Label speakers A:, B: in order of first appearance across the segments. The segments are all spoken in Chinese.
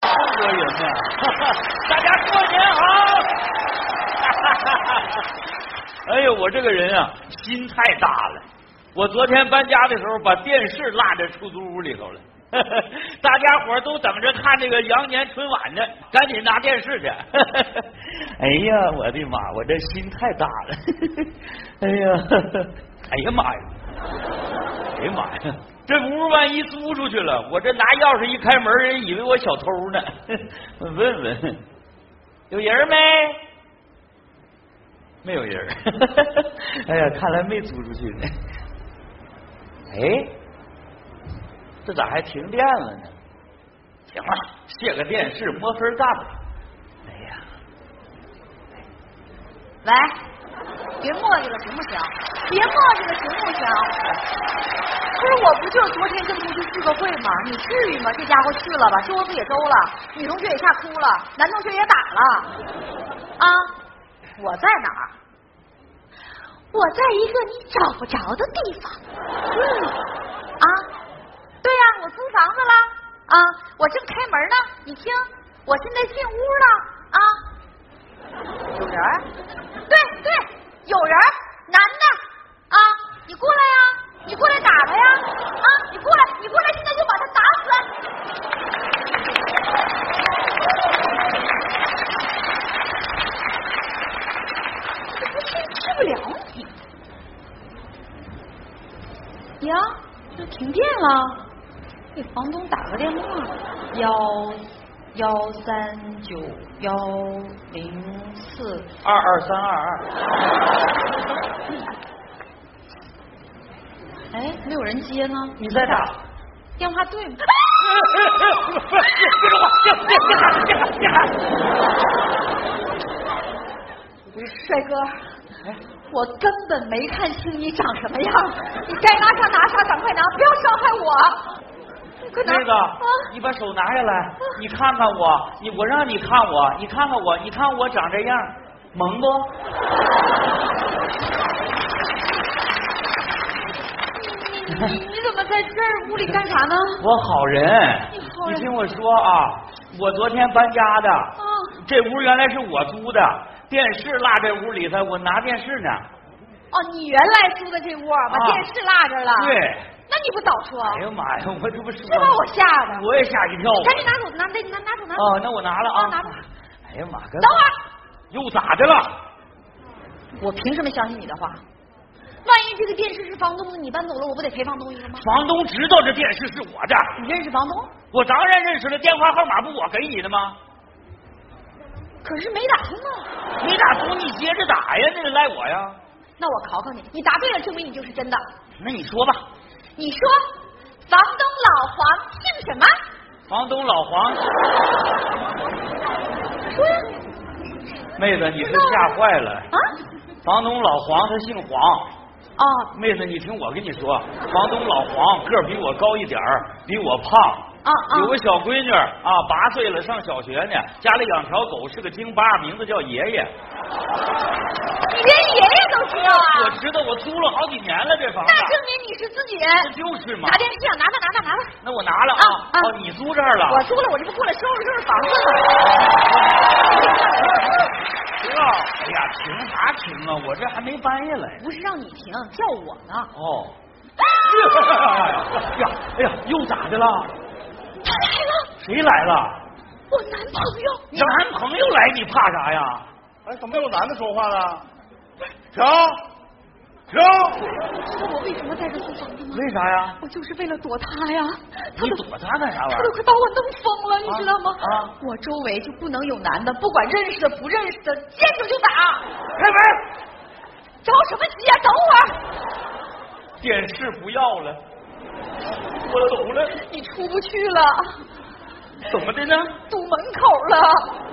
A: 歌云呢。大家过年好！ 哎呦，我这个人啊，心太大了。我昨天搬家的时候，把电视落在出租屋里头了。 大家伙儿都等着看这个羊年春晚呢，赶紧拿电视去。 哎呀，我的妈！我这心太大了。 哎呀， 哎呀妈呀！哎呀妈呀！这屋万一租出去了，我这拿钥匙一开门，人以为我小偷呢。 我问问，有人没？没有人。 哎呀，看来没租出去呢。哎，这咋还停电了呢？行了，卸个电视，摸分干吧。哎呀，
B: 喂，别磨叽了行不行？别磨叽了行不行？不是，我不就是昨天跟同学聚个会吗？你至于吗？这家伙去了吧，桌子也周了，女同学也吓哭了，男同学也打了。啊，我在哪儿？我在一个你找不着的地方。嗯，啊，对呀、我租房子了。啊，我正开门呢，你听，我现在进屋了。啊，有人儿？对对，有人儿，男的啊！你过来呀、你过来打他呀！啊，你过来，你过来，现在就把他打死！这不是治不了你。呀，这停电了，给房东打个电话。幺幺三九幺零四。
A: 二二三二二，
B: 哎，没有人接呢。
A: 你再打。
B: 电 话对吗？
A: 别别说话，别别别喊，别喊，别喊。
B: 帅哥，
A: 哎
B: 我根本没看清你长什么样，你该拿啥拿啥，赶快拿，不要伤害我。快拿！
A: 那个
B: 啊，
A: 你把手拿下来，你看看我，你我让你看我，你看看我，你看我长这样，萌不？
B: 你你你怎么在这儿屋里干啥呢？
A: 我好人
B: 你好，
A: 你
B: 人
A: 听我说啊，我昨天搬家的，
B: 啊，
A: 这屋原来是我租的，电视落在屋里头，我拿电视呢。
B: 哦，你原来租的这屋，把
A: 啊
B: 电视落这儿了。
A: 对，
B: 那你不早说？
A: 哎呀妈呀，我这不说
B: 这把我吓的。
A: 我也吓一跳。
B: 赶紧拿走，拿拿拿走，拿走。
A: 哦，那我拿了啊
B: 啊拿吧。
A: 哎呀妈，
B: 等会儿，
A: 又咋的了？
B: 我凭什么相信你的话？万一这个电视是房东的，你搬走了，我不得赔房东一个吗？
A: 房东知道这电视是我的，
B: 你认识房东？
A: 我当然认识了，电话号码不我给你的吗？
B: 可是没打通啊。
A: 你打通你接着打呀，那得赖我呀。
B: 那我考考你，你答对了，证明你就是真的。
A: 那你说吧，
B: 你说，房东老黄姓什么？
A: 房东老黄，
B: 说呀。
A: 妹子你是吓坏了。
B: 啊？
A: 房东老黄他姓黄，
B: 哦，
A: 妹子你听我跟你说，房东老黄个儿比我高一点儿，比我胖。
B: 啊啊
A: 有个小闺女啊，八岁了，上小学呢，家里养条狗，是个京巴，名字叫爷爷。
B: 你连爷爷都知道
A: 我
B: 啊？
A: 知道，我租了好几年了这房子，
B: 那证明你是自己人。
A: 这就是嘛
B: 拿。电视啊，拿吧，拿吧，拿吧。
A: 那我拿了
B: 啊啊
A: 哦，你租这儿了，
B: 我说了，我这不过来收拾收拾房子吗？
A: 停啊！哎呀，停啥停啊？我这还没搬下来呢。
B: 不是让你停，叫我 呢。
A: 哦。哎呀，哎呀，又咋的了？
B: 他来了，
A: 谁来了？
B: 我男朋友。
A: 你男朋友来，你怕啥呀？
C: 哎，怎么有男的说话呢？停！停！
B: 知道我为什么在这租房子吗？
A: 为啥呀？
B: 我就是为了躲他呀。他
A: 你
B: 都
A: 躲他干啥玩意
B: 他都
A: 儿？
B: 快把我弄疯了，你知道吗？
A: 啊啊
B: 我周围就不能有男的，不管认识的不认识的，见着就打。
A: 开门！
B: 着什么急呀、等会儿，
A: 电视不要了，我走了，
B: 你出不去了，
A: 怎么的呢？
B: 堵门口了。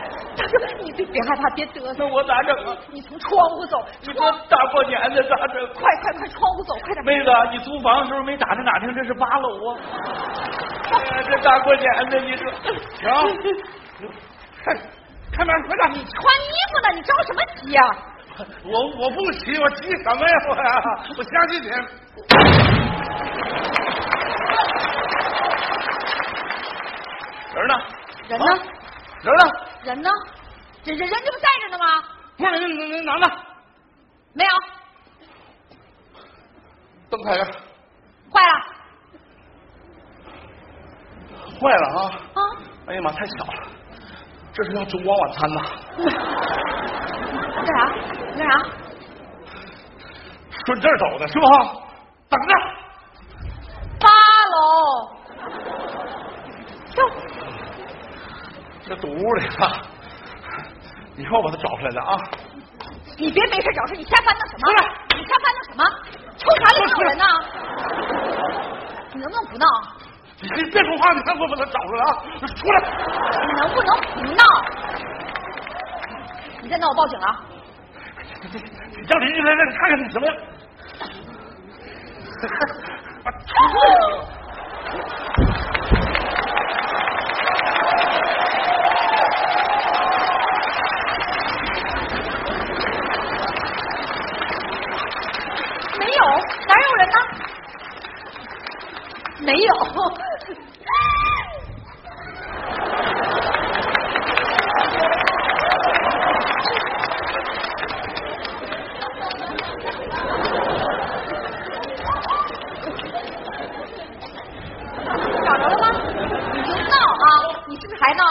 B: 大哥，你别别害怕，别嘚瑟
A: 那，我咋整啊？
B: 你从窗户走，
A: 你
B: 窗
A: 说大过年的咋整？啊
B: 快快快，窗户走，快点。
A: 妹子，你租房的时候没打听打听，这是八楼啊！哎呀这大过年的，你说
C: 停！开开门，快点！
B: 穿衣服呢，你着什么急呀、
C: 我我不急，我急什么呀？我我相信你。
A: 人呢？
B: 人呢？
A: 啊
C: 人呢？
B: 人呢？人人人这不在着呢吗？
C: 不是那那那男的，
B: 没有，
C: 灯开着，
B: 坏了
C: 坏了啊！
B: 啊！
C: 哎呀妈，太巧了，这是要烛光晚餐呐，
B: 干啥？干啥？
C: 顺这儿走的是吧？等着，
B: 八楼。哟，
C: 这堵屋里了，以后我把他找出来了啊！
B: 你别没事找事，你瞎翻腾什么？你瞎翻腾什么？抽啥里有人呢？你能不能不闹？
C: 你别别说话，你看我把他找出来啊！出来，
B: 你能不能不闹？你再闹，我报警啊！
C: 你叫邻居来让你看看你什么样。
B: 没有，哪有人呢？没有。找着了吗？你就闹啊！你是不是还闹？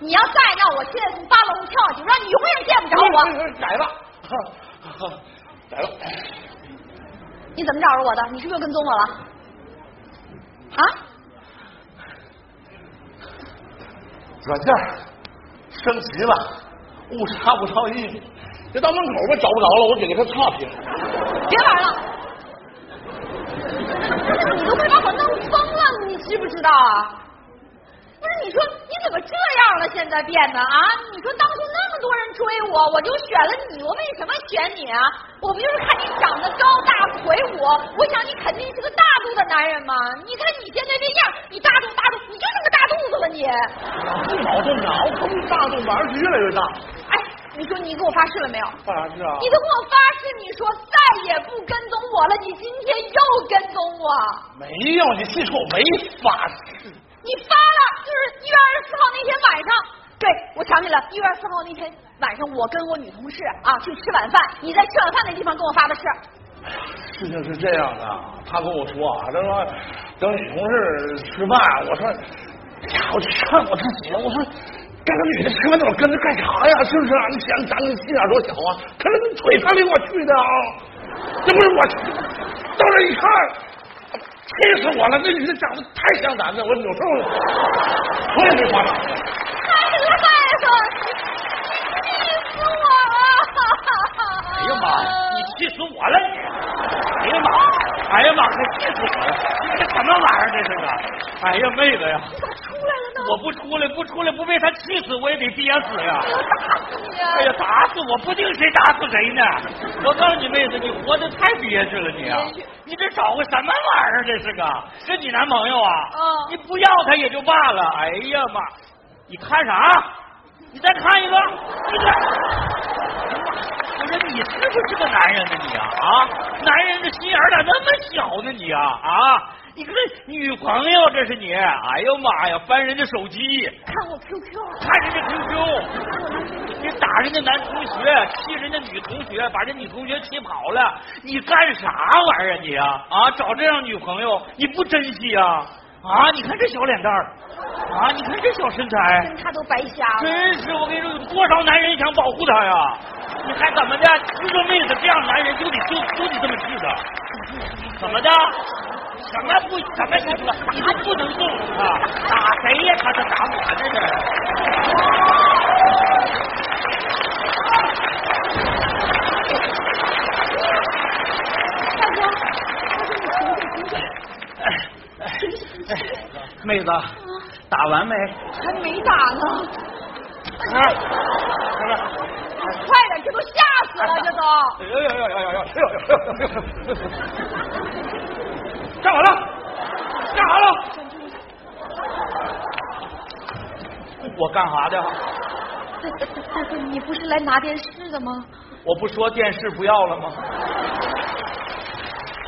B: 你要再闹，我现在从八楼上跳下去，让你永远见不着我。
C: 改了，改了，
B: 你怎么找着我的？你是不是又跟踪我了？啊？
C: 软件儿升级了，误杀不到一米，这到门口我找不着了，我得给他差评。
B: 别玩了！你都快把我弄疯了，你知不知道啊？不是你说你怎么这样了？现在变得啊？你说当初那么多人追我，我就选了你，我为什么选你啊？我不就是看你长得高大魁梧，我想你肯定是个大度的男人嘛？你看你现在这样，你大度大度，你就是个大肚子了你！
C: 不矛盾啊，我可不是大动，玩儿是越来越大。
B: 哎，你说你给我发誓了没有？
C: 干啥去啊
B: 你都跟我发誓，你说再也不跟踪我了，你今天又跟踪我。
C: 没有，你记住，我没发誓。
B: 你发了，就是一月二十四号那天晚上。对，我想起来了，一月二十四号那天晚上，我跟我女同事啊去吃晚饭，你在吃晚饭那地方跟我发的誓。
C: 事情是这样的，他跟我说啊，他说跟女同事吃饭，我说，哎呀，我就劝我自己，啊我说跟个女的吃饭，我跟着干啥呀？是不是啊？你想咱们心眼多小啊？可是你腿他领我去的啊，这不是我到这一看，气死我了！这女的长得太像咱们，我扭头我从来没夸张。
B: 太厉害了，气死我了！
A: 哎呀妈呀！你气死我了你！哎呀妈！哎呀妈！快气死我了！这什么玩意儿这是啊？哎呀妹子呀！
B: 你怎么出来了呢？
A: 我不出来，不出来，不被他气死，我也得憋死呀！
B: 我打死你啊！
A: 哎呀，打死我不定谁打死谁呢！我告诉你妹子，你活得太憋屈了你啊
B: 憋屈！
A: 你这找个什么玩意儿？这是个是你男朋友啊？
B: 嗯
A: 你不要他也就罢了，哎呀妈！你看啥？你再看一个，你看。我说你是不是个男人呢你啊啊！男人的心眼儿咋那么小呢你啊啊！你个女朋友这是你，哎呦妈呀，翻人家手机，
B: 看我啊 QQ，
A: 看人家 QQ，你打人家男同学，气人家女同学，把这女同学气跑了，你干啥玩意儿啊你啊啊！找这样女朋友你不珍惜啊啊！你看这小脸蛋儿啊，你看这小身材
B: 跟，他都白瞎了。
A: 真是我跟你说，有多少男人想保护她呀？你还怎么的？一个妹子这样男人就得就就得这么治的，怎么的？什么不什么行了？你就不能动啊？打谁呀？他这打我这是。
B: 大哥，他说你醒醒醒
A: 哎
B: 醒，
A: 妹子，打完没？
B: 还没打呢，快点，这都吓死了，这都。
C: 哎呦呦呦呦呦呦呦呦呦呦！干完了，干完了。
A: 我干啥的？
B: 大哥，你不是来拿电视的吗？
A: 我不说电视不要了吗？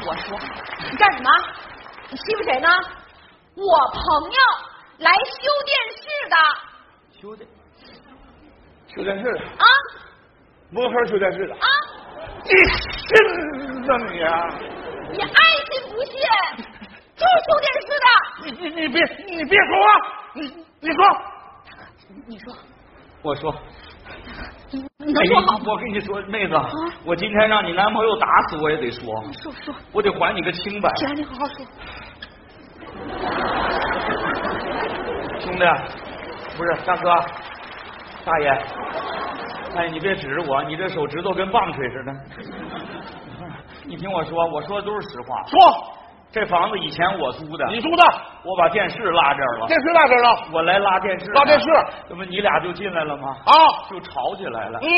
B: 我说，你干什么？你欺负谁呢？我朋友来修电视的，
A: 修的
C: 修电视的，
B: 啊
C: 摸黑修电视的，
B: 啊！
C: 你信呐你啊！
B: 你爱信不信，就是修电视的。
C: 你你你别你别说话，你你说，
B: 你说，
A: 我说，
B: 你你能说好啊吗？
A: 哎我跟你说，妹子，我今天让你男朋友打死我也得说，
B: 说说，
A: 我得还你个清白，
B: 姐，你好好说。
A: 兄弟，不是大哥，大爷，哎，你别指着我，你这手指头跟棒槌似的。 你听我说，我说的都是实话。
C: 说
A: 这房子以前我租的，
C: 你租的
A: 我把电视拉这儿了，
C: 电视在这儿呢
A: 我来拉电视，
C: 拉电视，
A: 这不你俩就进来了吗？
C: 啊，
A: 就吵起来了
C: 嗯。，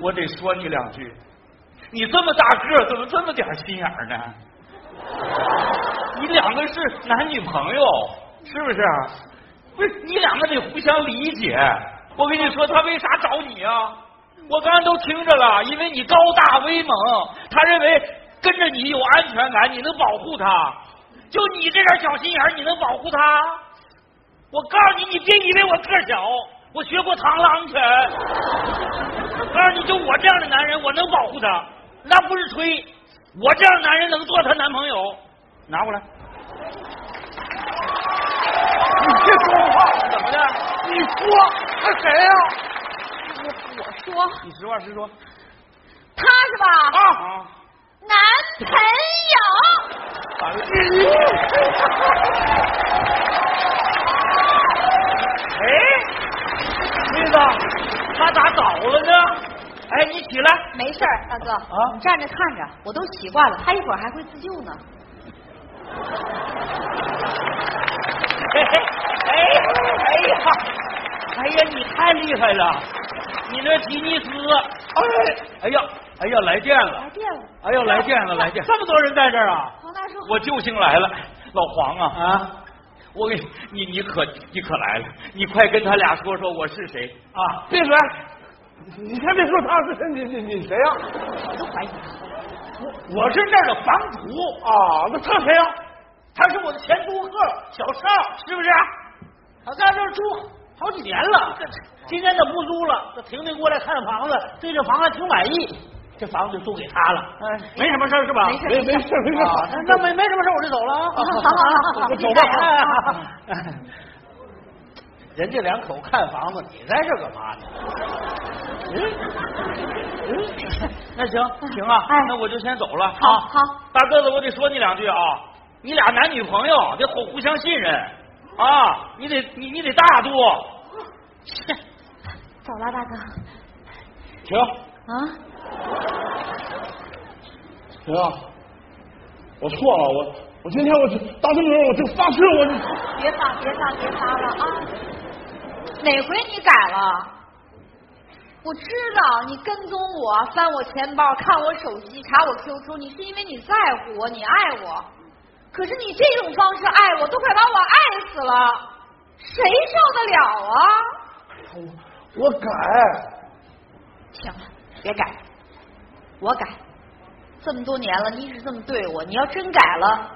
A: 我得说你两句。你这么大个儿，怎么这么点儿心眼儿呢？你两个是男女朋友，是不是？啊不是，你两个得互相理解。我跟你说，他为啥找你啊？我刚才都听着了，因为你高大威猛，他认为跟着你有安全感，你能保护他。就你这点小心眼儿，你能保护他？我告诉你，你别以为我个儿小，我学过螳螂拳。告诉你就我这样的男人，我能保护她，那不是吹。我这样的男人能做她男朋友。拿过来，
C: 你别说话，
A: 怎么的？
C: 你说他谁呀、
B: 我我说，
A: 你实话实说。
B: 他是吧？
A: 啊！
B: 男朋友。
A: 完了， 哎，妹子，他咋倒了呢？哎，你起来。
B: 没事儿，大哥，
A: 啊
B: 你站着看着，我都习惯了。他一会儿还会自救呢。
A: 哎哎哎呀，哎呀，你太厉害了！你那吉尼斯，哎，哎呀，哎呀，来电了
B: 来。电了，
A: 哎呦，来电了，来电！这么多人在这儿啊！
B: 黄大叔，
A: 我救星来了，老黄啊啊！我给你，你可你可来了，你快跟他俩说说我是谁啊！
C: 别说，你先别说他是你你你谁呀、
B: 我都怀疑他。
A: 啊我是这儿的房主
C: 啊？那他谁呀、
A: 他是我的前租客小邵，是不是？他在这儿住好几年了，今天他不租了，这婷婷过来看房子，对这房还挺满意，这房子就租给他了。哎没什么事儿是吧？
B: 没事
C: 没没事没事，
A: 啊， 那那没没什么事儿，我就走了啊。 啊
B: 好好好好
A: 走 吧。人家两口看房子，你在这干嘛呢？嗯 那行行啊
B: 哎，
A: 那我就先走了啊。
B: 好好，
A: 大个子，我得说你两句啊。你俩男女朋友得互互相信任啊，你得你你得大度。
B: 走了，大哥。
C: 停
B: 啊，
C: 停啊！我错了，我我今天我就当这么人我就发誓我就
B: 别发，别发，别发了啊！哪回你改了？我知道你跟踪我，翻我钱包，看我手机，查我 QQ，你是因为你在乎我，你爱我。可是你这种方式爱我，都快把我爱死了，谁受得了啊？
C: 我我改，
B: 行了，别改，我改。这么多年了，你一直这么对我，你要真改了，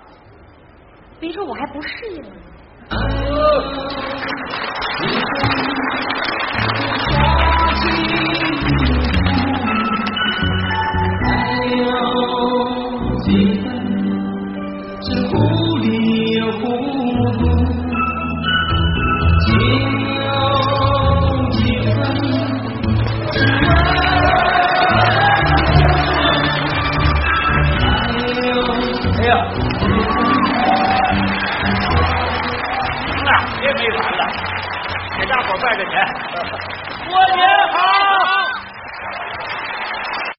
B: 没准我还不适应呢。
D: 还有几分是糊里又糊涂，仅有几分。
A: 哎呀，行 了，别没完了，给大伙儿拜个年，过年好。